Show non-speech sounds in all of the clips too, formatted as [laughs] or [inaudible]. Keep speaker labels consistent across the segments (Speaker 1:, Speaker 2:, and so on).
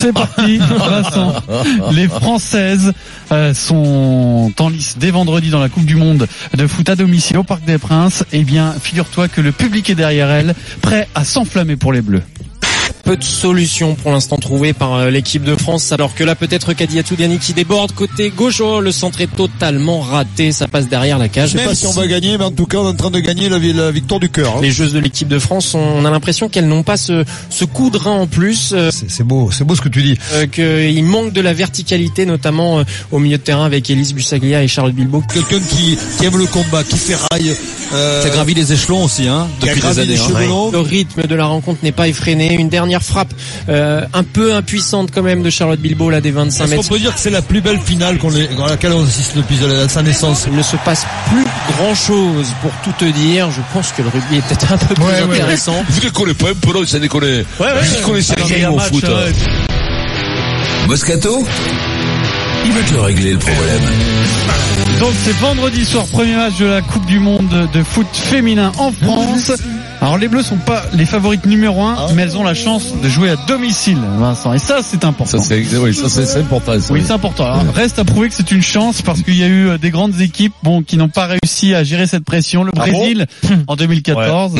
Speaker 1: C'est parti, Vincent. Les Françaises euh, sont en lice dès vendredi dans la Coupe du Monde de foot à domicile au Parc des Princes. Eh bien, figure-toi que le public est derrière elles, prêt à s'enflammer pour les Bleus.
Speaker 2: peu de solutions pour l'instant trouvées par euh, l'équipe de France alors que là peut-être Kadiatou Diani qui déborde côté gauche oh, le centre est totalement raté ça passe derrière la
Speaker 3: Je
Speaker 2: cage
Speaker 3: sais pas
Speaker 2: Même
Speaker 3: si on va gagner, mais en tout cas, on est en train de gagner la, vi- la victoire du cœur. hein.
Speaker 2: les joueuses de l'équipe de France on, on a l'impression qu'elles n'ont pas ce, ce coup de rein en plus euh,
Speaker 3: C'est c'est beau, c'est beau ce que tu dis.
Speaker 2: euh, qu'il manque de la verticalité notamment euh, au milieu de terrain avec Elise Bussaglia et Charlotte Bilbao
Speaker 3: Quelqu'un qui, qui aime le combat, qui ferraille, euh,
Speaker 4: T'as gravi les échelons aussi, hein,
Speaker 3: qui a
Speaker 4: depuis des
Speaker 3: gravi
Speaker 4: années.
Speaker 3: les
Speaker 4: hein.
Speaker 3: cheveux longs.
Speaker 2: le rythme de la rencontre n'est pas effréné une dernière frappe euh, un peu impuissante quand même de Charlotte Bilbao là des 25
Speaker 3: Est-ce qu'on
Speaker 2: mètres
Speaker 3: peut dire que c'est la plus belle finale qu'on ait- à laquelle on assiste depuis la- sa naissance
Speaker 2: Il ne se passe plus grand chose pour tout te dire. Je pense que le rugby est peut-être un peu plus
Speaker 3: Ouais, ouais.
Speaker 2: intéressant.
Speaker 5: Vous ne connaissez pas un peu, non, ça déconne. Vous connaissez rien au foot.
Speaker 1: euh,
Speaker 5: hein.
Speaker 6: Moscato Il va te le régler le problème.
Speaker 1: Donc c'est vendredi soir, premier match de la Coupe du Monde de foot féminin en France. Alors les Bleus sont pas les favorites numéro un,
Speaker 5: Ah.
Speaker 1: mais elles ont la chance de jouer à domicile, Vincent. Et ça, c'est important.
Speaker 5: Ça, c'est oui, ça, c'est- c'est important. ça,
Speaker 1: Oui,
Speaker 5: oui.
Speaker 1: c'est important. Alors, reste à prouver que c'est une chance parce qu'il y a eu euh, des grandes équipes bon, qui n'ont pas réussi à gérer cette pression.
Speaker 5: Ah
Speaker 1: Le
Speaker 5: [laughs]
Speaker 1: Brésil en 2014,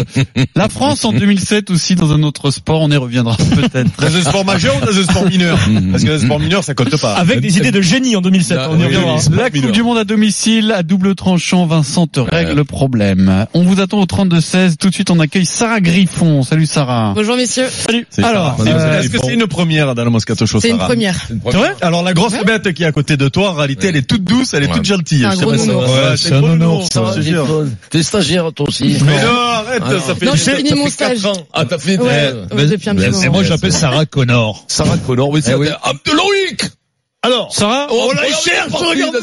Speaker 1: la France en 2007 aussi dans un autre sport. On y
Speaker 5: [laughs]
Speaker 1: reviendra peut-être.
Speaker 7: Dans un sport majeur ou dans un sport mineur Parce que dans un sport mineur, ça compte pas.
Speaker 8: Avec des idées de génie en 2007.
Speaker 5: Là,
Speaker 8: on y
Speaker 5: Ah, oui,
Speaker 8: reviendra.
Speaker 5: oui, c'est
Speaker 1: La
Speaker 5: pas mineur.
Speaker 1: Coupe du Monde à domicile à double tranchant. Vincent te règle
Speaker 5: Ouais.
Speaker 1: le problème. On vous attend au 32-16. Tout de suite, on accueille Sarah Griffon. Salut Sarah.
Speaker 9: Bonjour messieurs,
Speaker 7: C'est
Speaker 1: Alors,
Speaker 7: ça.
Speaker 1: euh,
Speaker 7: est-ce que c'est une première dans le Moscato Show
Speaker 9: c'est une
Speaker 7: Sarah
Speaker 9: première.
Speaker 5: C'est
Speaker 7: C'est vrai Alors la grosse bête qui est à côté de toi, en réalité,
Speaker 5: Ouais.
Speaker 7: elle est toute douce, elle est
Speaker 5: Ouais.
Speaker 7: toute gentille.
Speaker 9: Un
Speaker 7: Je sais
Speaker 9: gros
Speaker 7: pas si-
Speaker 9: nounours.
Speaker 7: Ouais, c'est un nounours, ça, je te jure.
Speaker 6: T'es stagiaire toi aussi.
Speaker 7: Mais non, arrête, ça fait
Speaker 9: Non, j'ai
Speaker 7: ça
Speaker 9: fini
Speaker 7: fait
Speaker 9: mon
Speaker 7: quatre
Speaker 9: stage.
Speaker 7: ans.
Speaker 5: Ah, t'as fait.
Speaker 9: Ouais,
Speaker 5: euh,
Speaker 9: ouais, depuis un petit
Speaker 5: ben,
Speaker 9: moment.
Speaker 5: c'est moi, j'appelle ça.
Speaker 3: Sarah Connor.
Speaker 5: Sarah Connor, mais c'est Abdeloïc [laughs]
Speaker 8: Alors, Sarah, Eh
Speaker 5: Oh,
Speaker 8: Oh, la cherche,
Speaker 5: regarde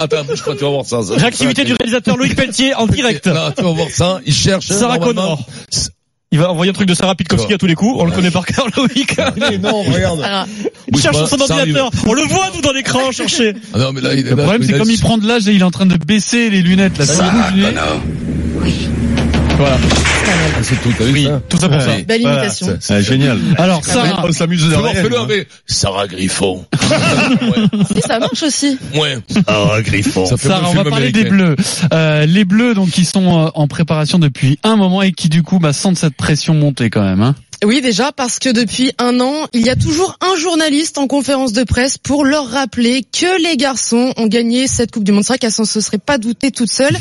Speaker 5: Attends, bouge pas, tu vas voir ça. ça.
Speaker 8: Réactivité du réalisateur Loïc Pelletier en direct.
Speaker 5: Non, tu vas voir ça, il cherche.
Speaker 8: Sarah
Speaker 5: normalement.
Speaker 8: Connor. Il va envoyer un truc de Sarah Pitkowski à tous les coups. On le connaît par cœur, [laughs] Loïc.
Speaker 3: Non, regarde.
Speaker 9: Alors,
Speaker 8: Il
Speaker 5: Bouge
Speaker 8: cherche
Speaker 5: pas,
Speaker 8: sur son
Speaker 5: ça arrive.
Speaker 8: ordinateur. On le voit, nous, dans
Speaker 5: [laughs]
Speaker 8: l'écran, chercher.
Speaker 5: Ah non, mais là, il
Speaker 1: Le
Speaker 5: est là,
Speaker 1: problème,
Speaker 5: il
Speaker 1: c'est
Speaker 5: a-
Speaker 1: comme il prend de l'âge et il est en train de baisser les lunettes. Là, Ça bouge, les lunettes.
Speaker 5: Ah, C'est tout, t'as vu ça
Speaker 8: Tout ça pour ça.
Speaker 9: belle
Speaker 7: Voilà,
Speaker 9: imitation.
Speaker 5: c'est-
Speaker 7: C'est génial.
Speaker 1: Alors Sarah,
Speaker 7: On s'amuse
Speaker 5: Fais-le,
Speaker 7: derrière.
Speaker 5: fais-le avec Sarah
Speaker 8: [laughs]
Speaker 5: Griffon.
Speaker 9: Si, ça marche aussi.
Speaker 5: Ouais. Sarah Griffon. Ça fait
Speaker 1: Sarah,
Speaker 5: bon
Speaker 1: on
Speaker 5: film
Speaker 1: va parler des
Speaker 5: américain.
Speaker 1: Bleus. Euh, les Bleus, donc, qui sont euh, en préparation depuis un moment et qui, du coup, bah, sentent cette pression monter quand même. Hein.
Speaker 9: Oui, déjà, parce que depuis un an, il y a toujours un journaliste en conférence de presse pour leur rappeler que les garçons ont gagné cette Coupe du Monde. C'est vrai qu'elle ne se serait pas doutée toute [laughs] seule.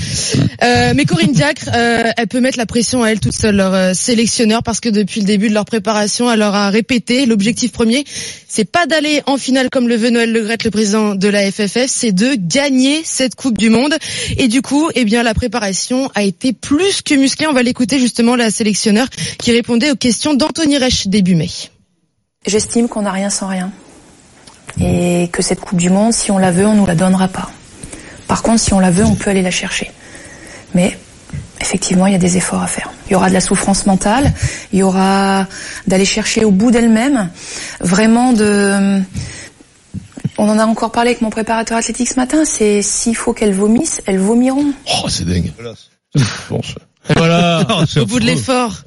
Speaker 9: Euh, mais Corinne Diacre, euh, elle peut mettre la pression à elle toute seule, leur euh, sélectionneur, parce que depuis le début de leur préparation, elle leur a répété l'objectif premier, c'est pas d'aller en finale comme le veut Noël Le Gret, le président de la FFF, c'est de gagner cette Coupe du Monde. Et du coup, eh bien, la préparation a été plus que musclée. On va l'écouter justement, la sélectionneur qui répondait aux questions d'Anthony Reich début mai.
Speaker 10: J'estime qu'on n'a rien sans rien. Et que cette Coupe du Monde, si on la veut, on nous la donnera pas. Par contre, si on la veut, on peut aller la chercher. Mais effectivement, il y a des efforts à faire. Il y aura de la souffrance mentale, il y aura d'aller chercher au bout d'elle-même, vraiment de... On en a encore parlé avec mon préparateur athlétique ce matin, c'est s'il faut qu'elles vomissent, elles vomiront.
Speaker 5: Oh, c'est dingue. Bon, ça-
Speaker 7: [laughs]
Speaker 8: Voilà.
Speaker 9: Au bout de l'effort.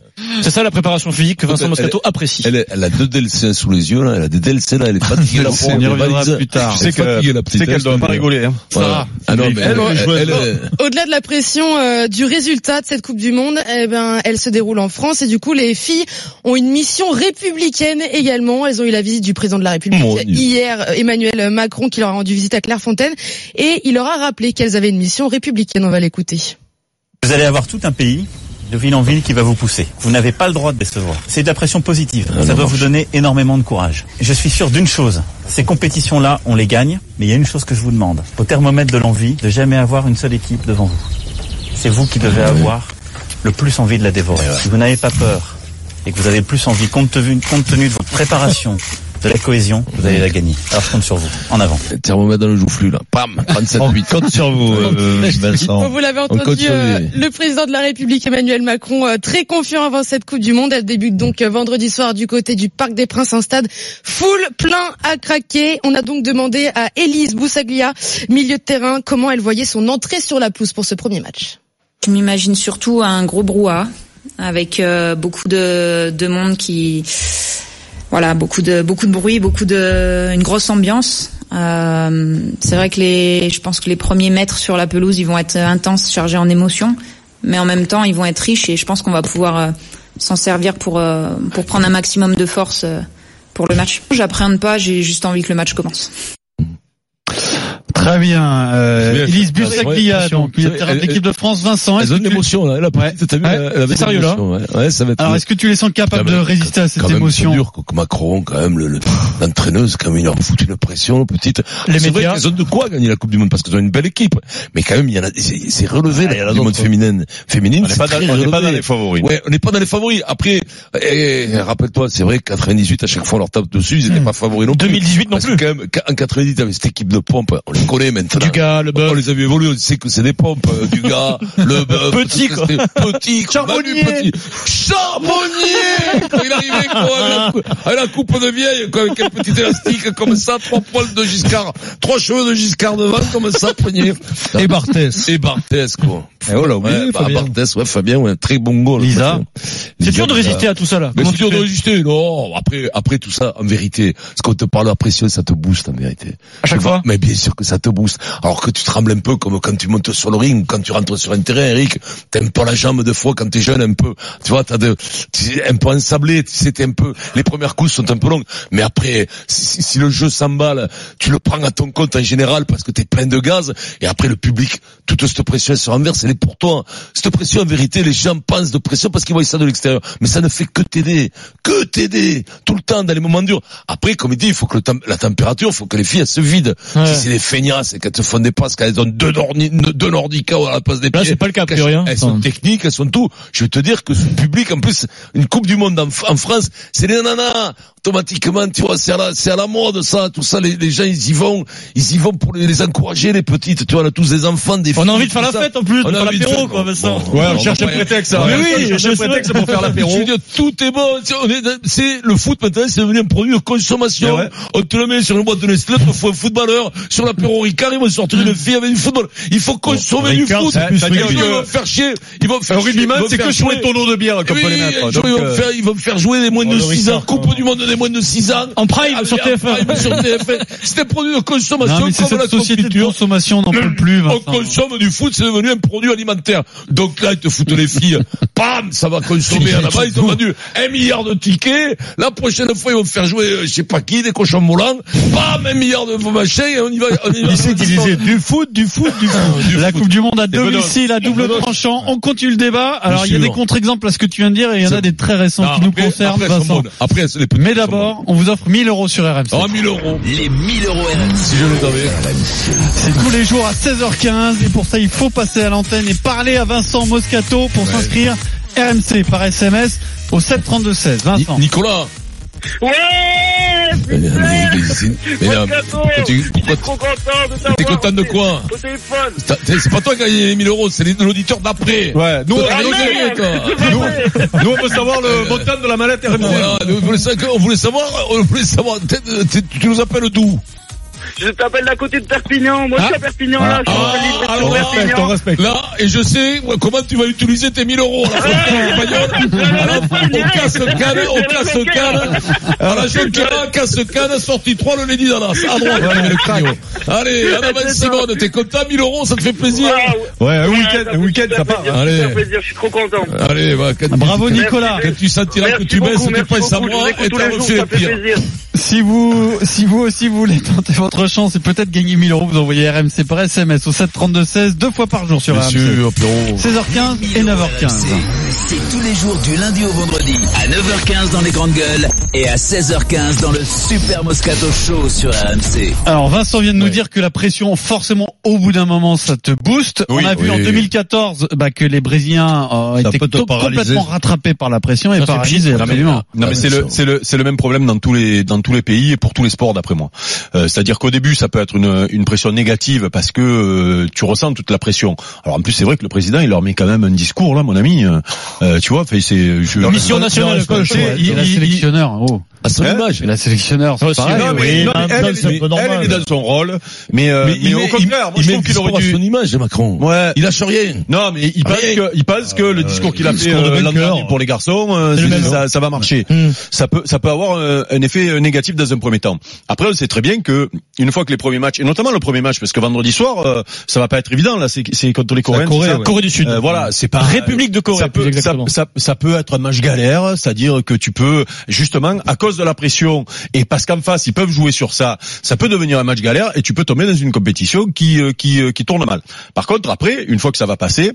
Speaker 8: C'est ça la préparation physique que Vincent
Speaker 5: Elle-
Speaker 8: Moscato apprécie.
Speaker 5: Elle, est- elle a deux DLC sous les yeux, là. Elle a des DLC, là. Elle est
Speaker 1: [laughs]
Speaker 5: fatiguée, la pauvre,
Speaker 1: On y
Speaker 5: elle est
Speaker 1: reviendra
Speaker 5: valise.
Speaker 1: plus tard.
Speaker 5: Elle est fatiguée, la petite.
Speaker 7: C'est qu'elle doit pas rigoler. hein.
Speaker 5: Voilà. Ah non, mais elle, elle, elle-
Speaker 9: [laughs] Au-delà de la pression euh, du résultat de cette Coupe du Monde, eh ben, elle se déroule en France et du coup, les filles ont une mission républicaine également. Elles ont eu la visite du président de la République
Speaker 5: Mon Dieu.
Speaker 9: hier, euh, Emmanuel Macron, qui leur a rendu visite à Clairefontaine et il leur a rappelé qu'elles avaient une mission républicaine. On va l'écouter.
Speaker 11: Vous allez avoir tout un pays de ville en ville qui va vous pousser. Vous n'avez pas le droit de décevoir. C'est de la pression positive.
Speaker 7: Ah,
Speaker 11: Ça doit vous donner énormément de courage. Je suis sûr d'une chose. Ces compétitions-là, on les gagne. Mais il y a une chose que je vous demande. Au thermomètre de l'envie, de jamais avoir une seule équipe devant vous. C'est vous qui
Speaker 7: Ah
Speaker 11: devez avoir le plus envie de la
Speaker 7: Eh
Speaker 11: dévorer. Si vous n'avez pas peur et que vous avez plus envie, compte tenu, compte tenu de votre préparation, de la cohésion, vous allez la gagner. Alors je compte sur vous. En avant.
Speaker 5: elle- thermomètre dans le joufflu, là. Pam, 37
Speaker 1: Oh,
Speaker 7: On
Speaker 5: 8.
Speaker 7: compte sur vous, euh, Vincent.
Speaker 9: Vous l'avez
Speaker 5: On
Speaker 9: entendu,
Speaker 5: continue.
Speaker 9: euh, le président de la République Emmanuel Macron euh, très confiant avant cette Coupe du Monde. Elle débute donc euh, vendredi soir du côté du Parc des Princes, un stade full plein à craquer. On a donc demandé à Élise Boussaglia, milieu de terrain, comment elle voyait son entrée sur la pelouse pour ce premier match.
Speaker 10: Je m'imagine surtout un gros brouhaha avec euh, beaucoup de, de monde qui
Speaker 4: voilà, beaucoup de beaucoup de bruit, beaucoup de une grosse ambiance. Euh, c'est vrai que les, je pense que les premiers mètres sur la pelouse, ils vont être intenses, chargés en émotions, mais en même temps, ils vont être riches et je pense qu'on va pouvoir euh, s'en servir pour euh, pour prendre un maximum de force euh, pour le match. J'appréhende pas, j'ai juste envie que le match commence.
Speaker 1: Très bien. Euh,
Speaker 5: Bien.
Speaker 1: Elise
Speaker 5: Ah, c'est vrai,
Speaker 1: Busek-Lia,
Speaker 5: attention.
Speaker 1: donc, militaire de
Speaker 5: Elle-
Speaker 1: l'équipe de France. Vincent,
Speaker 5: Elle
Speaker 1: est-ce
Speaker 5: donne
Speaker 1: que tu-
Speaker 5: l'émotion, là. Elle a pris- t'as vu,
Speaker 1: Ouais.
Speaker 5: euh, elle avait
Speaker 1: C'est sérieux,
Speaker 5: l'émotion, Ouais, Ouais, ça va être.
Speaker 1: Alors, est-ce que tu les sens capables
Speaker 5: Quand
Speaker 1: de
Speaker 5: même,
Speaker 1: résister à cette
Speaker 5: Ah, quand même,
Speaker 1: émotion
Speaker 5: C'est dur que que Macron, quand même, le- le- l'entraîneuse, quand même, il leur fout une pression, le petite.
Speaker 1: Les
Speaker 5: C'est vrai
Speaker 1: médias.
Speaker 5: qu'elles ont de quoi gagner la Coupe du Monde parce qu'elles ont une belle équipe. Mais quand même, il y en a, c'est c'est relevé
Speaker 1: Ah,
Speaker 5: la Coupe du Monde féminine. Féminine,
Speaker 7: On n'est
Speaker 5: c'est
Speaker 7: pas dans-
Speaker 5: très
Speaker 7: on n'est pas
Speaker 5: relevé.
Speaker 7: dans les favoris.
Speaker 5: Ouais, on n'est pas dans les favoris. Après, eh, eh, rappelle-toi, c'est vrai, que 98, à chaque fois, on leur tape dessus, ils n'étaient pas favoris non plus.
Speaker 8: 2018 non
Speaker 5: Parce que quand même, qu- en 98, avec cette équipe de pompes, on les connaît maintenant.
Speaker 8: Dugas, Leboeuf.
Speaker 5: On les a vu évoluer, on sait que c'est des pompes. euh, Dugas, le
Speaker 8: Petit, quoi.
Speaker 5: Petit, Charbonnier. Petit. Charbonnier! Quand il arrivait, quoi, avec la, cou- avec la coupe de vieille, quoi, avec un petit élastique, comme ça, trois poils de Giscard, trois cheveux de Giscard devant, comme ça, poignet.
Speaker 3: Et Barthès.
Speaker 5: Et Barthès, quoi.
Speaker 3: Eh, oh là, oui,
Speaker 5: ouais, bah,
Speaker 3: Fabien.
Speaker 5: Barthès, ouais, Fabien, ouais, très bon goal.
Speaker 1: Lisa.
Speaker 8: C'est dur de résister à tout ça là.
Speaker 5: Mais
Speaker 8: Comment
Speaker 5: c'est
Speaker 8: tu
Speaker 5: dur de
Speaker 8: fais
Speaker 5: résister, non. Après, après tout ça, en vérité, ce qu'on te parle à pression, ça te booste, en vérité.
Speaker 8: À chaque
Speaker 5: Mais-
Speaker 8: fois
Speaker 5: Mais bien sûr que ça te booste. Alors que tu trembles un peu comme quand tu montes sur le ring, ou quand tu rentres sur un terrain, Eric, t'aimes pas la jambe de fois quand t'es jeune un peu. Tu vois, t'as de, tu- un peu ensablé, tu sais, t'es un peu, les premières courses sont un peu longues. Mais après, si, si- si le jeu s'emballe, tu le prends à ton compte en général parce que t'es plein de gaz. Et après, le public, toute cette pression, elle se renverse, elle est pour toi. hein. Cette pression, en vérité, les gens pensent de pression parce qu'ils voient ça de l'extérieur. Mais ça ne fait que t'aider. Que t'aider. Tout le temps, dans les moments durs. Après, comme il dit, il faut que le tem- la température, il faut que les filles, elles se vident.
Speaker 8: Ouais.
Speaker 5: Si c'est des feignasses et qu'elles te font des passes, qu'elles donnent deux, norni, deux nordica à la place des
Speaker 8: Là,
Speaker 5: pieds,
Speaker 8: c'est pas le cas, a
Speaker 5: qu'elles-
Speaker 8: priori, hein.
Speaker 5: Elles sont
Speaker 8: Enfin.
Speaker 5: techniques, elles sont tout. Je vais te dire que ce public, en plus, une Coupe du Monde en, F- en France, c'est les nanas. Automatiquement, tu vois, c'est à la, c'est à la mode, ça, tout ça, les, les gens, ils y vont, ils y vont pour les, les encourager, les petites, tu vois, on a tous des enfants, des
Speaker 8: On
Speaker 5: filles,
Speaker 8: a envie de
Speaker 5: tout
Speaker 8: faire la
Speaker 5: ça.
Speaker 8: fête en plus,
Speaker 5: On
Speaker 8: de
Speaker 5: a
Speaker 8: faire
Speaker 5: envie de
Speaker 8: l'apéro
Speaker 5: faire-
Speaker 8: quoi, Vincent.
Speaker 5: Bon, bon, bon, ouais.
Speaker 8: Mais
Speaker 5: Ouais.
Speaker 8: oui, je sais,
Speaker 5: Je veux dire, tout est bon. Tu sais, on est dans- C'est le foot maintenant, c'est devenu un produit de consommation.
Speaker 7: Eh
Speaker 8: Mais ouais.
Speaker 5: On te le met sur une boîte de Nestlé, on fait un footballeur. Sur l'apéro Ricard, ils vont sortir une fille avec du football. Il faut consommer du
Speaker 7: Ricard,
Speaker 5: foot.
Speaker 7: c'est plus
Speaker 5: Sinon,
Speaker 7: rugby.
Speaker 5: Ils vont faire chier. Ils vont faire
Speaker 7: Le
Speaker 5: chier,
Speaker 7: rugbyman,
Speaker 5: ils vont
Speaker 7: c'est
Speaker 5: faire
Speaker 7: que sur
Speaker 5: jouer.
Speaker 7: les tonneaux de bière, comme
Speaker 5: Oui,
Speaker 7: Paul Hénat, quoi.
Speaker 5: ils vont
Speaker 7: Donc,
Speaker 5: faire-
Speaker 7: euh,
Speaker 5: faire- ils vont faire jouer les moins
Speaker 7: Oh,
Speaker 5: de
Speaker 7: le
Speaker 5: 6 ans,
Speaker 7: Ricard,
Speaker 5: Coupe du Monde des moins de 6 ans.
Speaker 8: En prime,
Speaker 5: Ah,
Speaker 8: sur
Speaker 5: ah,
Speaker 8: TF1.
Speaker 5: prime sur TF1.
Speaker 7: [laughs]
Speaker 5: C'est un produit de consommation
Speaker 1: Non, mais c'est
Speaker 5: comme la
Speaker 1: cette société de
Speaker 5: confiture.
Speaker 1: consommation, on n'en peut plus,
Speaker 5: On
Speaker 1: Vincent.
Speaker 5: consomme du foot, c'est devenu un produit alimentaire. Donc là, ils te foutent
Speaker 1: [laughs]
Speaker 5: les filles. Bam, ça va consommer. Là-bas, ils ont vendu un milliard de tickets. La prochaine fois, ils vont faire jouer, euh, je sais pas qui, des cochons volants. Bam, un milliard de machins et on y va. On y va.
Speaker 1: du foot, du foot, du foot. La Coupe du Monde à domicile, à double tranchant. On continue le débat. Alors, il y a des
Speaker 5: sûr.
Speaker 1: contre-exemples à ce que tu viens de dire et il y en a des très récents
Speaker 5: Non,
Speaker 1: qui nous
Speaker 5: Ah, après-
Speaker 1: concernent,
Speaker 5: après, elles sont
Speaker 1: Vincent.
Speaker 5: bonnes. Après, elles- les petites
Speaker 1: Mais
Speaker 5: sont
Speaker 1: d'abord, on vous offre 1000 euros sur RMC.
Speaker 5: bonnes. Oh, 1000 euros. Ah,
Speaker 6: Les 1000 euros
Speaker 5: Si je le savais.
Speaker 1: C'est tous les jours à 16h15 et pour ça il faut passer à l'antenne et parler à Vincent Moscato pour s'inscrire RMC par SMS au 732 16.
Speaker 5: Ni-
Speaker 1: Vincent.
Speaker 5: Nicolas.
Speaker 12: Ouais
Speaker 5: Mais non, mais- mais- mais non, mais
Speaker 12: Moscato,
Speaker 5: pourquoi tu-
Speaker 12: je suis
Speaker 5: pourquoi
Speaker 12: trop content de
Speaker 5: T'es
Speaker 12: t'avoir
Speaker 5: content de quoi
Speaker 12: au téléphone.
Speaker 5: T'as- t'es- C'est pas toi qui as gagné les 1000 euros, c'est les- l'auditeur d'après.
Speaker 7: Ouais, Ah, nous,
Speaker 5: Toi,
Speaker 7: on-
Speaker 5: t'as gagné, toi.
Speaker 7: [laughs] nous, on veut savoir le montant de la mallette RMC.
Speaker 5: Voilà, nous, on voulait sa- on voulait savoir, on voulait savoir, t'es- t'es- tu nous appelles d'où Hein
Speaker 12: Je t'appelle d'à côté de Perpignan. Moi, je suis à Perpignan, là. Je suis en train de livrer sur
Speaker 5: Ah, alors,
Speaker 12: Perpignan.
Speaker 7: respecte.
Speaker 5: Là, et je sais ouais, comment tu vas utiliser tes 1000 euros. à la
Speaker 12: [laughs]
Speaker 5: fois. Alors, on casse canne, on casse canne. À la Jonquera, casse canne, sortie 3, le Lady Danas. À droite, le clignot. Allez, Anna Ben Simone, t'es content, 1000 euros, ça te fait plaisir.
Speaker 12: Waouh.
Speaker 7: Ouais, un
Speaker 12: Ouais,
Speaker 7: week-end,
Speaker 12: Ah, ça
Speaker 7: un
Speaker 12: fait
Speaker 7: week-end,
Speaker 12: super
Speaker 7: ça part.
Speaker 12: plaisir,
Speaker 5: hein.
Speaker 12: super
Speaker 5: Allez.
Speaker 12: plaez, Je suis trop content.
Speaker 5: Allez, bah, quand,
Speaker 1: Ah, Bravo Nicolas.
Speaker 5: quand tu sentiras que
Speaker 12: Merci
Speaker 5: tu baisses,
Speaker 12: beaucoup,
Speaker 5: tu
Speaker 12: merci
Speaker 5: penses à
Speaker 12: beaucoup, je vous
Speaker 5: moi
Speaker 12: écoute
Speaker 5: et
Speaker 12: tous
Speaker 5: t'as
Speaker 12: les jours,
Speaker 5: refait
Speaker 12: ça
Speaker 5: le
Speaker 12: fait
Speaker 5: pire.
Speaker 12: plaisir.
Speaker 1: Si vous, si vous aussi vous voulez tenter votre chance et peut-être gagner 1000 euros, vous envoyez RMC par SMS au 732 16 deux fois par jour sur
Speaker 5: Monsieur, euh, apéro.
Speaker 1: RMC. 16h15 et 9h15.
Speaker 6: C'est tous les jours du lundi au vendredi à 9h15 dans les grandes gueules et à 16h15 dans le Super Moscato Show sur RMC.
Speaker 1: Alors Vincent vient de nous dire que la pression, forcément, au bout d'un moment, ça te booste.
Speaker 7: Oui,
Speaker 1: On a vu
Speaker 5: oui.
Speaker 1: en 2014 bah, que les Brésiliens euh,
Speaker 3: Ça
Speaker 1: étaient
Speaker 3: peut te
Speaker 1: to-
Speaker 3: paralyser.
Speaker 1: complètement rattrapés par la pression et
Speaker 3: c'est
Speaker 1: paralysés.
Speaker 7: Non mais,
Speaker 1: absolument.
Speaker 7: non, mais c'est le c'est le c'est le même problème dans tous les dans
Speaker 5: tous les pays et pour tous les sports d'après moi. Euh, C'est-à-dire qu'au début ça peut être une, une pression négative parce que euh, tu ressens toute la pression. Alors en plus c'est vrai que le président il leur met quand même un discours là mon ami. Euh, tu vois, enfin, c'est je-
Speaker 1: Mission nationale,
Speaker 5: Non,
Speaker 1: coach,
Speaker 5: c'est-
Speaker 1: ouais,
Speaker 3: euh,
Speaker 5: il-
Speaker 1: et la
Speaker 5: il- il-
Speaker 1: sélectionneur, oh.
Speaker 13: À son
Speaker 5: Hein
Speaker 13: image.
Speaker 1: La sélectionneur, c'est
Speaker 5: Aussi,
Speaker 1: pareil.
Speaker 5: non, mais- non, mais elle, elle est- elle, elle est dans son rôle, mais, euh, mais,
Speaker 13: il
Speaker 5: au
Speaker 13: met-
Speaker 5: contraire, moi
Speaker 13: il
Speaker 5: je
Speaker 13: met
Speaker 5: trouve
Speaker 13: le
Speaker 5: qu'il aurait
Speaker 13: discours
Speaker 5: dû.
Speaker 13: à son image, Macron.
Speaker 5: Ouais.
Speaker 13: Il lâche rien.
Speaker 5: Non, mais il pense
Speaker 13: Rien.
Speaker 5: que, il pense que le discours qu'il a
Speaker 13: Ah, le
Speaker 5: fait
Speaker 13: discours de
Speaker 5: euh, l'an
Speaker 13: vainqueur.
Speaker 5: dernier pour les garçons, euh,
Speaker 13: C'est le Mm.
Speaker 5: c'est-
Speaker 13: même,
Speaker 5: ça, ça va marcher. Ça peut, ça peut avoir euh, un effet euh, négatif dans un premier temps. Après, on sait très bien que une fois que les premiers matchs, et notamment le premier match, parce que vendredi soir, euh, ça va pas être évident. Là, c'est c'est contre les Coréens.
Speaker 14: Corée,
Speaker 5: c'est ça
Speaker 14: ouais. Corée du Sud.
Speaker 5: Euh, voilà, c'est pas
Speaker 14: République de Corée,
Speaker 5: Ça
Speaker 14: plus
Speaker 5: peut, ça,
Speaker 14: exactement.
Speaker 5: ça, ça peut être un match galère, c'est-à-dire que tu peux justement à cause de la pression et parce qu'en face ils peuvent jouer sur ça, ça peut devenir un match galère et tu peux tomber dans une compétition qui euh, qui euh, qui tourne mal. Par contre, après, une fois que ça va passer,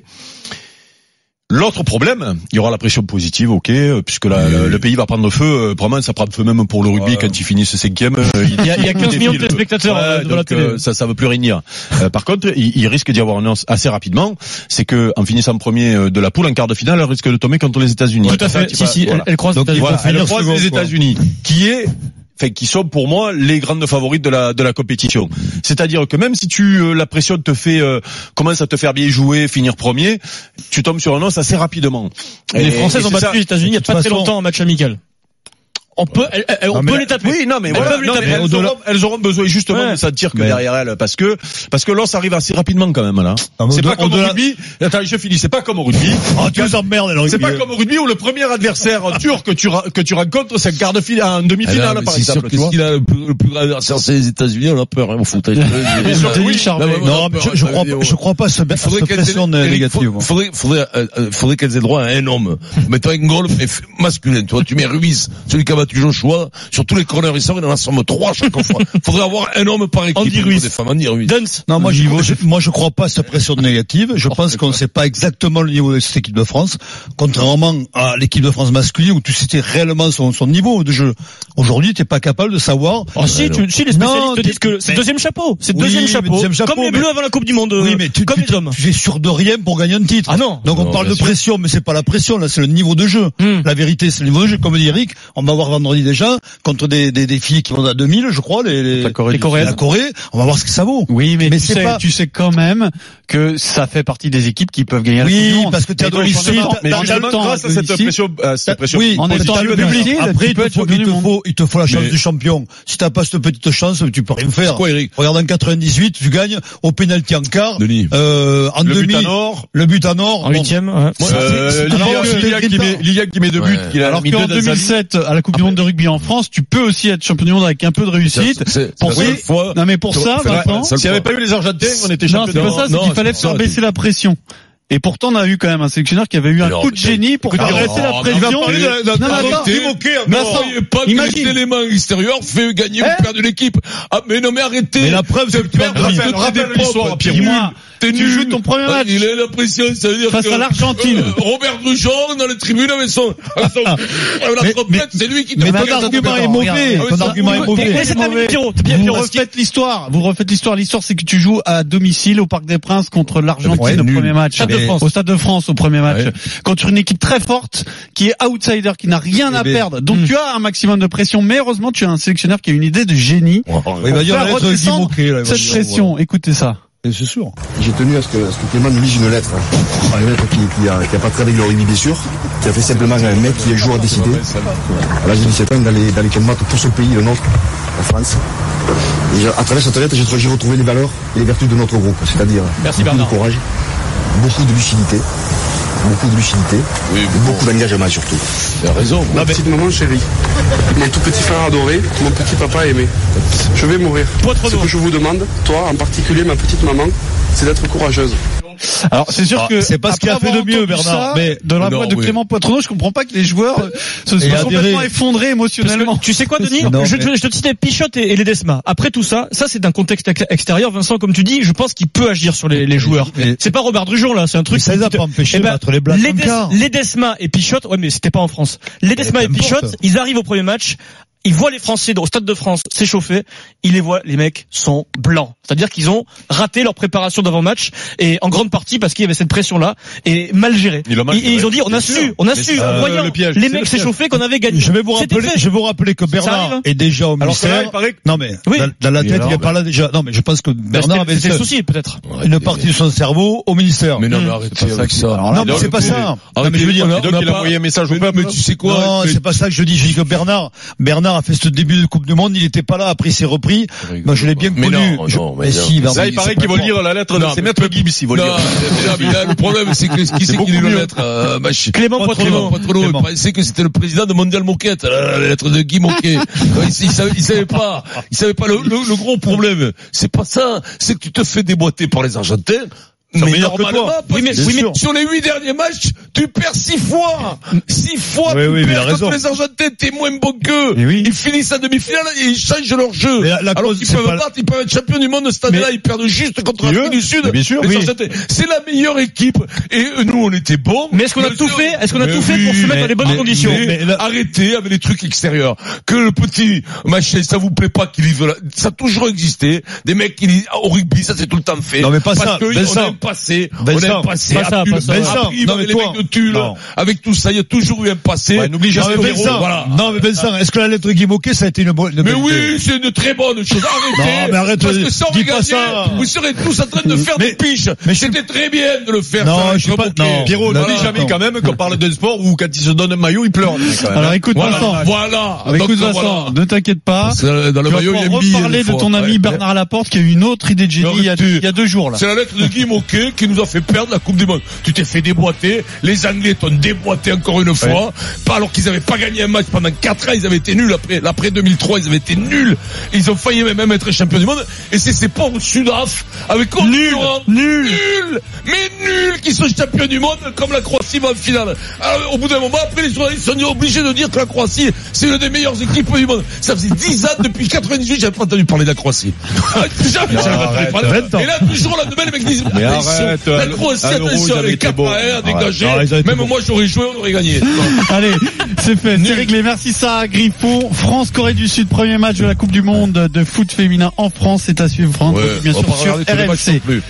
Speaker 5: L'autre problème, il y aura la pression positive, ok, euh, puisque la- la- le pays va prendre feu. euh, Vraiment, ça prend feu même pour le rugby quand ils finissent cinquième. euh,
Speaker 14: Il y a- il y a
Speaker 5: tout
Speaker 14: 15 millions de
Speaker 5: défile.
Speaker 14: téléspectateurs,
Speaker 5: Ouais,
Speaker 14: euh, devant la
Speaker 5: donc,
Speaker 14: télé.
Speaker 5: euh, ça, ça veut plus rien dire. Euh, par contre, il, il risque d'y avoir une annonce assez rapidement. C'est que en finissant premier euh, de la poule en quart de finale, elle risque de tomber contre les États-Unis.
Speaker 14: Tout à fait.
Speaker 5: Tu
Speaker 14: Si,
Speaker 5: vois,
Speaker 14: si, elle- elle croise
Speaker 5: Donc,
Speaker 14: les
Speaker 5: voilà,
Speaker 14: États-Unis.
Speaker 5: elle
Speaker 14: Finir
Speaker 5: croise
Speaker 14: second,
Speaker 5: les
Speaker 14: quoi.
Speaker 5: États-Unis, qui est Enfin, qui sont pour moi les grandes favorites de la de la compétition. C'est-à-dire que même si tu euh, la pression te fait euh, commence à te faire bien jouer, finir premier, tu tombes sur un os assez rapidement.
Speaker 14: Les Français
Speaker 5: et
Speaker 14: ont
Speaker 5: c'est
Speaker 14: battu
Speaker 5: ça.
Speaker 14: les États-Unis il n'y a
Speaker 5: De
Speaker 14: pas
Speaker 5: toute
Speaker 14: très
Speaker 5: façon-
Speaker 14: longtemps en match amical. On peut, elles- elles- on
Speaker 5: Non, mais
Speaker 14: peut
Speaker 5: là-
Speaker 14: les taper.
Speaker 5: Oui, non, mais
Speaker 14: Elles
Speaker 5: voilà.
Speaker 14: peuvent les
Speaker 5: Non,
Speaker 14: taper.
Speaker 5: mais elles,
Speaker 14: Au-delà-
Speaker 5: auront, elles auront besoin justement
Speaker 14: Ouais.
Speaker 5: de ça dire que
Speaker 14: Mais-
Speaker 5: derrière elles, parce que parce que l'os arrive assez rapidement quand même là.
Speaker 3: mais
Speaker 5: C'est
Speaker 3: au-delà-
Speaker 5: pas comme au
Speaker 3: au-delà-
Speaker 5: rugby. Attends, je finis. C'est pas comme au rugby.
Speaker 1: Oh,
Speaker 3: Ah, tu nous emmerdes, alors.
Speaker 5: C'est
Speaker 1: euh.
Speaker 5: pas comme au rugby où le premier adversaire turc que tu ra- que tu rencontres c'est le quart de finale, en demi-finale
Speaker 13: Alors, mais
Speaker 5: par
Speaker 13: c'est sûr
Speaker 5: exemple.
Speaker 13: que
Speaker 5: tu vois.
Speaker 13: s'il a le plus, le plus grand adversaire, c'est les États-Unis, on a peur, hein, au
Speaker 5: [laughs]
Speaker 13: foot. Mais
Speaker 5: surtout, oui,
Speaker 13: Charles,
Speaker 5: mais-
Speaker 13: mais-
Speaker 5: hein. non,
Speaker 13: on a
Speaker 5: mais
Speaker 13: peur,
Speaker 3: je, je
Speaker 13: ça
Speaker 3: crois,
Speaker 13: veut dire,
Speaker 3: je crois pas à ce, à
Speaker 13: Il
Speaker 3: cette
Speaker 13: Ben, faudrait qu'elles aient,
Speaker 3: pression
Speaker 13: Eric,
Speaker 3: négative.
Speaker 1: hein.
Speaker 13: faut- faudrait, faudrait, euh, euh, faudrait qu'elles aient droit à un homme. Mettons un golf et f- masculin. Tu vois, tu mets Ruiz, celui qui a battu Joshua, sur tous les corners, il sort, il en assomme trois chaque fois. Faudrait avoir un homme par équipe.
Speaker 3: Andy
Speaker 13: pour
Speaker 3: Ruiz.
Speaker 13: Des femmes, Andy Ruiz.
Speaker 3: Non, moi, j'y vais- je, moi, je crois pas à cette pression négative. Je pense qu'on ne sait pas exactement le niveau de cette équipe de France, contrairement à l'équipe de France masculine où tu citais réellement son, son niveau de jeu. Aujourd'hui, t'es pas capable de savoir.
Speaker 14: Oh, si, tu, si, les
Speaker 3: Ah, Non,
Speaker 14: spécialistes te
Speaker 3: t'es-
Speaker 14: disent que c'est
Speaker 3: mais-
Speaker 14: le deuxième chapeau, c'est le
Speaker 3: Oui,
Speaker 14: deuxième
Speaker 3: mais
Speaker 14: chapeau,
Speaker 3: deuxième chapeau,
Speaker 14: comme les
Speaker 3: mais-
Speaker 14: Bleus avant la Coupe du Monde, euh,
Speaker 3: Oui, mais tu,
Speaker 14: comme
Speaker 3: tu,
Speaker 14: les hommes.
Speaker 3: tu es sûr de rien pour gagner un titre.
Speaker 14: Ah non. Hmm.
Speaker 3: Donc on
Speaker 13: Non,
Speaker 3: parle
Speaker 13: bien
Speaker 3: de
Speaker 13: sûr.
Speaker 3: pression, mais c'est pas la pression, là, c'est le niveau de jeu. La vérité, c'est le niveau de jeu. Comme dit Eric, on va voir vendredi déjà contre des, des, des filles qui vont à 2000, je crois, les, les,
Speaker 1: La Corée
Speaker 3: les
Speaker 1: du
Speaker 3: Coréennes.
Speaker 1: Sud.
Speaker 3: La Corée. On va voir ce que ça vaut.
Speaker 1: Oui, mais,
Speaker 3: Mais
Speaker 1: tu,
Speaker 3: c'est
Speaker 1: sais,
Speaker 3: pas-
Speaker 1: tu sais quand même que ça fait partie des équipes qui peuvent gagner la Coupe du
Speaker 3: Oui,
Speaker 1: Monde.
Speaker 3: parce que t'es
Speaker 1: Et
Speaker 3: à
Speaker 1: donc,
Speaker 3: domicile.
Speaker 1: forcément,
Speaker 5: Mais
Speaker 1: dans le
Speaker 5: justement,
Speaker 1: temps,
Speaker 5: grâce à
Speaker 1: à
Speaker 5: cette
Speaker 1: domicile,
Speaker 5: pression,
Speaker 13: Euh,
Speaker 5: à cette pression
Speaker 3: Oui,
Speaker 1: En
Speaker 3: t'as-
Speaker 1: étant
Speaker 3: t'as
Speaker 1: le
Speaker 3: le
Speaker 1: public,
Speaker 3: public.
Speaker 1: tu
Speaker 3: Après, il
Speaker 1: peux
Speaker 3: te,
Speaker 1: être
Speaker 3: faut,
Speaker 1: champion
Speaker 3: il
Speaker 1: du
Speaker 3: te
Speaker 1: monde.
Speaker 3: faut, il te faut la chance
Speaker 5: Mais-
Speaker 3: du champion. Si t'as pas cette petite chance, tu peux rien faire.
Speaker 13: Quoi, Eric
Speaker 3: Regarde en 98, tu gagnes au pénalty en quart,
Speaker 13: Denis.
Speaker 3: euh, en
Speaker 5: Le but
Speaker 3: demi,
Speaker 5: à nord.
Speaker 3: le but en or.
Speaker 14: En huitième, ouais.
Speaker 5: Euh,
Speaker 3: Alors que-
Speaker 5: Lilia qui met- Lilia qui met deux buts,
Speaker 13: Ouais.
Speaker 5: qu'il a
Speaker 1: Alors
Speaker 5: mis
Speaker 1: qu'en
Speaker 5: deux dans sa vie.
Speaker 1: 2007, à la Coupe du Monde de rugby en France, tu peux aussi être champion du monde avec un peu de réussite.
Speaker 13: C'est- c'est-
Speaker 1: Pour
Speaker 13: c'est la
Speaker 1: ça-
Speaker 13: seule fois-
Speaker 1: non mais pour
Speaker 13: c'est-
Speaker 1: ça,
Speaker 13: c'est la-
Speaker 1: maintenant,
Speaker 13: c'est la seule
Speaker 5: S'il n'y avait
Speaker 13: fois.
Speaker 5: pas eu les Argentins, on était
Speaker 1: non,
Speaker 5: champion
Speaker 1: c'est pas ça, c'est
Speaker 13: non,
Speaker 1: qu'il fallait
Speaker 13: c'est
Speaker 1: faire
Speaker 13: ça,
Speaker 1: baisser la pression. Et pourtant, on a eu quand même un sélectionneur qui avait eu un
Speaker 13: Alors,
Speaker 1: coup de
Speaker 13: mais-
Speaker 1: génie pour
Speaker 13: Écoute,
Speaker 1: faire
Speaker 13: alors,
Speaker 1: baisser la
Speaker 13: alors,
Speaker 1: pression.
Speaker 13: on va parler de la- de la-
Speaker 1: Non, mais
Speaker 13: de la-
Speaker 1: attends.
Speaker 13: Tim N'essayez pas que
Speaker 1: Imagine.
Speaker 13: les éléments extérieurs fait gagner
Speaker 1: Hein
Speaker 13: ou perdre l'équipe. Ah, mais non, mais arrêtez.
Speaker 3: Mais la preuve, c'est que tu
Speaker 13: perdre
Speaker 3: vas
Speaker 13: toutes
Speaker 3: dormir.
Speaker 13: les
Speaker 5: Rappelle
Speaker 13: dépenses,
Speaker 5: l'histoire,
Speaker 13: t'es
Speaker 1: Pierre.
Speaker 13: nul,
Speaker 1: Moi,
Speaker 13: t'es
Speaker 1: tu
Speaker 13: nul.
Speaker 1: joues ton premier
Speaker 13: Ah,
Speaker 1: match.
Speaker 13: Il a la pression, ça veut dire
Speaker 1: Face
Speaker 13: que-
Speaker 1: à l'Argentine.
Speaker 13: Euh, Robert Dujon, dans le tribune, avec son, avec son- avec la
Speaker 3: Ah. mais-
Speaker 13: trompette, c'est lui qui te
Speaker 1: Mais
Speaker 13: fait
Speaker 1: ton
Speaker 13: la
Speaker 1: argument
Speaker 13: trompette.
Speaker 1: est mauvais.
Speaker 13: Regarde,
Speaker 1: Ton
Speaker 13: ça-
Speaker 1: argument est
Speaker 13: Mais-
Speaker 1: mauvais.
Speaker 14: mais c'est
Speaker 1: Il est
Speaker 14: la
Speaker 1: mauvais.
Speaker 14: vie, Pierrot. Bien,
Speaker 1: Vous
Speaker 14: Pierrot.
Speaker 1: refaites l'histoire. Vous refaites l'histoire. L'histoire, c'est que tu joues à domicile au Parc des Princes
Speaker 3: Ah,
Speaker 1: contre l'Argentine
Speaker 3: Ouais,
Speaker 1: au
Speaker 3: nul.
Speaker 1: premier match.
Speaker 3: Stade de France.
Speaker 1: Au Stade de France au premier match.
Speaker 13: Ouais.
Speaker 1: Contre une équipe très forte qui est outsider, qui n'a rien à
Speaker 3: Eh ben.
Speaker 1: perdre. Donc tu as un maximum de pression. Mais heureusement, tu as un sélectionneur qui a une idée de génie.
Speaker 3: Il va dire,
Speaker 1: Faire
Speaker 3: on va être Guy
Speaker 1: redescendre
Speaker 3: Moquet, là, il va
Speaker 1: Cette
Speaker 3: dire,
Speaker 1: pression. Écoutez ça.
Speaker 3: voilà. Et C'est sûr.
Speaker 15: J'ai tenu à ce que, à ce que Clément nous lise une lettre. hein. Une lettre qui n'a a, qui a pas très le rugby, bien sûr, qui a fait simplement un mec qui est joueur décidé, à l'âge de 17 ans, d'aller d'aller combattre pour ce pays, le nôtre, la France. Et j'ai- à travers cette lettre, j'ai- j'ai retrouvé les valeurs et les vertus de notre groupe, c'est-à-dire beaucoup de courage, beaucoup de lucidité, beaucoup de lucidité,
Speaker 13: Oui,
Speaker 15: et beaucoup d'engagement surtout.
Speaker 13: Il a raison.
Speaker 15: Ma petite maman chérie, mon tout petit frère adoré, mon petit papa aimé. Je vais mourir. Ce que je vous demande, toi en particulier, ma petite maman, c'est d'être courageuse.
Speaker 1: Alors c'est sûr
Speaker 3: Ah,
Speaker 1: que
Speaker 3: c'est pas ce
Speaker 1: après
Speaker 3: qu'il a fait
Speaker 1: avoir
Speaker 3: de mieux,
Speaker 1: entendu
Speaker 3: Bernard,
Speaker 1: ça,
Speaker 3: mais-
Speaker 1: de la
Speaker 13: Non,
Speaker 1: voix de
Speaker 13: oui.
Speaker 1: Clément Poitronneau, je comprends pas que les joueurs euh, se
Speaker 3: Et
Speaker 1: soient
Speaker 3: adhérer.
Speaker 1: complètement effondrés
Speaker 14: Parce que
Speaker 1: émotionnellement.
Speaker 14: tu sais quoi, Denis
Speaker 3: Non,
Speaker 14: je,
Speaker 3: mais-
Speaker 14: te- je te citais Pichotte et, et les Desma. Après tout ça, ça c'est d'un contexte ex- extérieur. Vincent, comme tu dis, je pense qu'il peut agir sur les, les joueurs.
Speaker 3: mais-
Speaker 14: C'est pas Robert Drujon là, c'est un
Speaker 3: Mais
Speaker 14: truc.
Speaker 3: ça les a pas empêchés
Speaker 14: Eh
Speaker 8: ben,
Speaker 3: de battre les Blacks en
Speaker 14: Des-
Speaker 3: quart.
Speaker 14: les Desma et Pichotte, ouais, mais c'était pas en France. Les Desma et
Speaker 3: peu importe.
Speaker 14: Pichotte, ils arrivent au premier match.
Speaker 8: il voit les Français au Stade de France s'échauffer, il les voit, les mecs sont blancs. C'est-à-dire qu'ils ont raté leur préparation d'avant-match, et en grande partie parce qu'il y avait cette pression-là, et mal gérée.
Speaker 7: Ils l'ont mal
Speaker 8: Et- et
Speaker 7: géré,
Speaker 8: ils ont dit, on
Speaker 7: bien
Speaker 8: a
Speaker 7: sûr.
Speaker 8: su, on
Speaker 7: Mais
Speaker 8: a su,
Speaker 7: c'est,
Speaker 8: en
Speaker 7: euh,
Speaker 8: voyant
Speaker 7: le piège,
Speaker 8: les
Speaker 7: c'est le
Speaker 8: mecs
Speaker 7: piège.
Speaker 8: s'échauffer qu'on avait gagné.
Speaker 3: Je vais vous
Speaker 8: C'était
Speaker 3: rappeler,
Speaker 8: fait.
Speaker 3: je vais vous rappeler que
Speaker 8: Ça arrive,
Speaker 3: Bernard
Speaker 8: hein.
Speaker 3: est déjà au
Speaker 8: Alors que là, il
Speaker 3: ministère.
Speaker 8: paraît que-
Speaker 3: Non mais
Speaker 8: Oui.
Speaker 3: dans, dans la
Speaker 8: Oui,
Speaker 3: tête,
Speaker 8: alors,
Speaker 3: il est
Speaker 5: ben
Speaker 3: pas là déjà. Non mais je pense que Bernard
Speaker 8: c'était-
Speaker 3: avait
Speaker 8: c'était
Speaker 3: ce-
Speaker 8: le souci, peut-être.
Speaker 3: une partie Hmm. de son cerveau au ministère.
Speaker 5: Mais non, mais arrêtez avec ça.
Speaker 3: Alors là, Non, mais c'est pas ça. Non, mais je veux dire, on n'a pas-
Speaker 5: Mais non, Mais tu sais quoi
Speaker 3: Non,
Speaker 5: mais-
Speaker 3: c'est pas ça que je dis. Je dis que Bernard, Bernard a fait ce début de Coupe du Monde, il était pas là, après il s'est repris. Moi, je l'ai bien
Speaker 5: Mais
Speaker 3: connu.
Speaker 5: non,
Speaker 3: Je-
Speaker 5: non, mais non.
Speaker 3: si, Bernard,
Speaker 7: Ça, il paraît
Speaker 3: s'est pas
Speaker 7: qu'ils vont
Speaker 3: fait.
Speaker 7: lire la lettre de
Speaker 5: Non,
Speaker 7: c'est
Speaker 5: mais-
Speaker 7: Maître Gibbs, ils vont
Speaker 5: Non,
Speaker 7: lire.
Speaker 5: mais non, mais là, le problème, c'est que qui c'est qui
Speaker 7: beaucoup
Speaker 5: lit la
Speaker 7: mieux.
Speaker 5: lettre euh, Machi
Speaker 8: Clément Poitrelot.
Speaker 5: Poitrelot, il
Speaker 3: Clément.
Speaker 5: pensait que c'était le président de Mondial Moquette, la, la- la lettre de Guy Moquet.
Speaker 3: [laughs]
Speaker 5: il, il savait, il savait pas, il savait pas le, le- le gros problème. C'est pas ça, c'est que tu te fais déboîter par les Argentins.
Speaker 3: sont
Speaker 5: Mais
Speaker 3: meilleurs que toi.
Speaker 5: normalement, parce
Speaker 3: Oui, mais-
Speaker 5: que
Speaker 3: oui, mais-
Speaker 5: sur les huit derniers matchs, tu perds six fois. Six fois,
Speaker 3: Oui,
Speaker 5: tu
Speaker 3: oui, mais il a
Speaker 5: perds contre
Speaker 3: raison.
Speaker 5: les Argentins, t'es moins bon qu'eux.
Speaker 3: Eh oui.
Speaker 5: Ils finissent en demi-finale et ils changent leur jeu.
Speaker 3: Mais la- la
Speaker 5: Alors
Speaker 3: cause,
Speaker 5: qu'ils
Speaker 3: c'est
Speaker 5: peuvent
Speaker 3: pas-
Speaker 5: battre, ils peuvent être champions du monde de cette année-là, ils perdent juste contre l'Afrique du Sud.
Speaker 7: mais bien sûr,
Speaker 5: Les
Speaker 7: oui.
Speaker 5: Argentins, C'est la meilleure équipe. Et euh, nous, on était bons.
Speaker 8: Mais est-ce qu'on a
Speaker 5: Mais
Speaker 8: tout
Speaker 5: non.
Speaker 8: fait Est-ce qu'on a
Speaker 5: Mais
Speaker 8: tout fait pour
Speaker 5: oui,
Speaker 8: se mettre dans les bonnes
Speaker 5: mais-
Speaker 8: conditions
Speaker 5: mais
Speaker 3: Mais là-
Speaker 5: Arrêtez avec les trucs extérieurs. Que le petit machin, ça vous plaît pas qu'il livre là. Ça a toujours existé. Des mecs qui lisent au rugby, ça c'est tout le temps fait.
Speaker 3: Non, mais pas
Speaker 5: Parce
Speaker 3: ça,
Speaker 5: que
Speaker 3: Vincent.
Speaker 5: on aime passer. On
Speaker 3: Vincent.
Speaker 5: aime passer.
Speaker 8: Pas ça,
Speaker 5: à Tulle.
Speaker 8: pas ça.
Speaker 5: Après,
Speaker 3: Vincent.
Speaker 5: il y
Speaker 3: Non,
Speaker 5: avait
Speaker 3: mais
Speaker 5: les
Speaker 3: toi.
Speaker 5: mecs de Tulle.
Speaker 3: Non.
Speaker 5: Avec tout ça, il y a toujours eu un passé.
Speaker 3: Ouais, n'oublie
Speaker 5: J'espère
Speaker 3: jamais
Speaker 5: au
Speaker 3: Vincent.
Speaker 5: héros, voilà.
Speaker 3: Non mais Vincent, est-ce que la lettre Guy Moquet, ça a été une bonne une
Speaker 5: Mais
Speaker 3: bonne idée
Speaker 5: oui, c'est une très bonne chose. Arrêtez.
Speaker 3: Non, mais arrête,
Speaker 5: parce que
Speaker 3: dis-
Speaker 5: sans
Speaker 3: dis pas
Speaker 5: gagner,
Speaker 3: ça.
Speaker 5: vous serez tous en train de faire
Speaker 3: Mais-
Speaker 5: des piches.
Speaker 3: mais je-
Speaker 5: c'était très bien de le faire.
Speaker 3: Non,
Speaker 5: ça, avec
Speaker 3: je suis
Speaker 5: le
Speaker 3: pas-
Speaker 5: bouquet.
Speaker 3: non.
Speaker 7: Pierrot,
Speaker 5: Voilà.
Speaker 7: n'oublie jamais quand même qu'on parle d'un sport où quand ils se donnent un maillot, ils
Speaker 3: [laughs]
Speaker 7: pleurent.
Speaker 1: Alors écoute
Speaker 5: Voilà,
Speaker 1: Vincent,
Speaker 5: voilà.
Speaker 1: Alors, écoute
Speaker 5: Donc,
Speaker 1: Vincent,
Speaker 5: voilà.
Speaker 1: ne t'inquiète pas.
Speaker 5: Parce que Dans le
Speaker 1: Tu vas
Speaker 5: maillot, il y a
Speaker 1: pouvoir
Speaker 5: une bille,
Speaker 1: reparler
Speaker 5: une
Speaker 1: de
Speaker 5: fois.
Speaker 1: ton ami
Speaker 5: Ouais.
Speaker 1: Bernard Laporte qui a eu une autre idée de génie il y a
Speaker 5: rupture.
Speaker 1: il y a deux jours là.
Speaker 5: C'est la lettre de Guy Moquet qui nous a fait perdre la Coupe du Monde. Tu t'es fait déboîter. Les Anglais t'ont déboîté encore une fois. Pas alors qu'ils avaient pas gagné un match pendant quatre ans. Ils avaient été nuls après, l'après 2003. Ils avaient été nuls. Ils ont failli même être champions du monde. Et c'est ces pauvres Sudaf avec nul, hein. nul, nul, mais nul qui sont champions du monde comme la Croatie va en finale. Alors, au bout d'un moment, après les journalistes sont obligés de dire que la Croatie c'est l'une des meilleures équipes du monde. Ça faisait 10 ans depuis 98 j'avais pas entendu parler de la [laughs] Croatie. Jamais j'avais pas entendu parler.
Speaker 3: arrête, 20 ans.
Speaker 5: Et là, toujours la nouvelle, les mecs disent,
Speaker 7: Mais
Speaker 5: attention,
Speaker 7: arrête,
Speaker 5: la
Speaker 7: à
Speaker 5: Croatie,
Speaker 7: l'euro, ils
Speaker 5: attention,
Speaker 7: avaient
Speaker 5: les
Speaker 7: été
Speaker 5: capes
Speaker 7: bons. Ah
Speaker 5: à air
Speaker 7: Ouais,
Speaker 5: dégagés.
Speaker 7: non, ils avaient été
Speaker 5: hein, Même
Speaker 7: bons.
Speaker 5: moi, j'aurais joué, on aurait gagné.
Speaker 1: Allez, c'est fait. C'est réglé. Merci Sarah Griffon. France, Corée du Sud, premier match de la Coupe du Monde de foot féminin en France. C'est à suivre, France.
Speaker 5: Ouais,
Speaker 1: bien
Speaker 5: on
Speaker 1: sûr,
Speaker 5: va pas
Speaker 1: sur
Speaker 5: regarder tous les matchs
Speaker 1: RMC.
Speaker 5: non plus.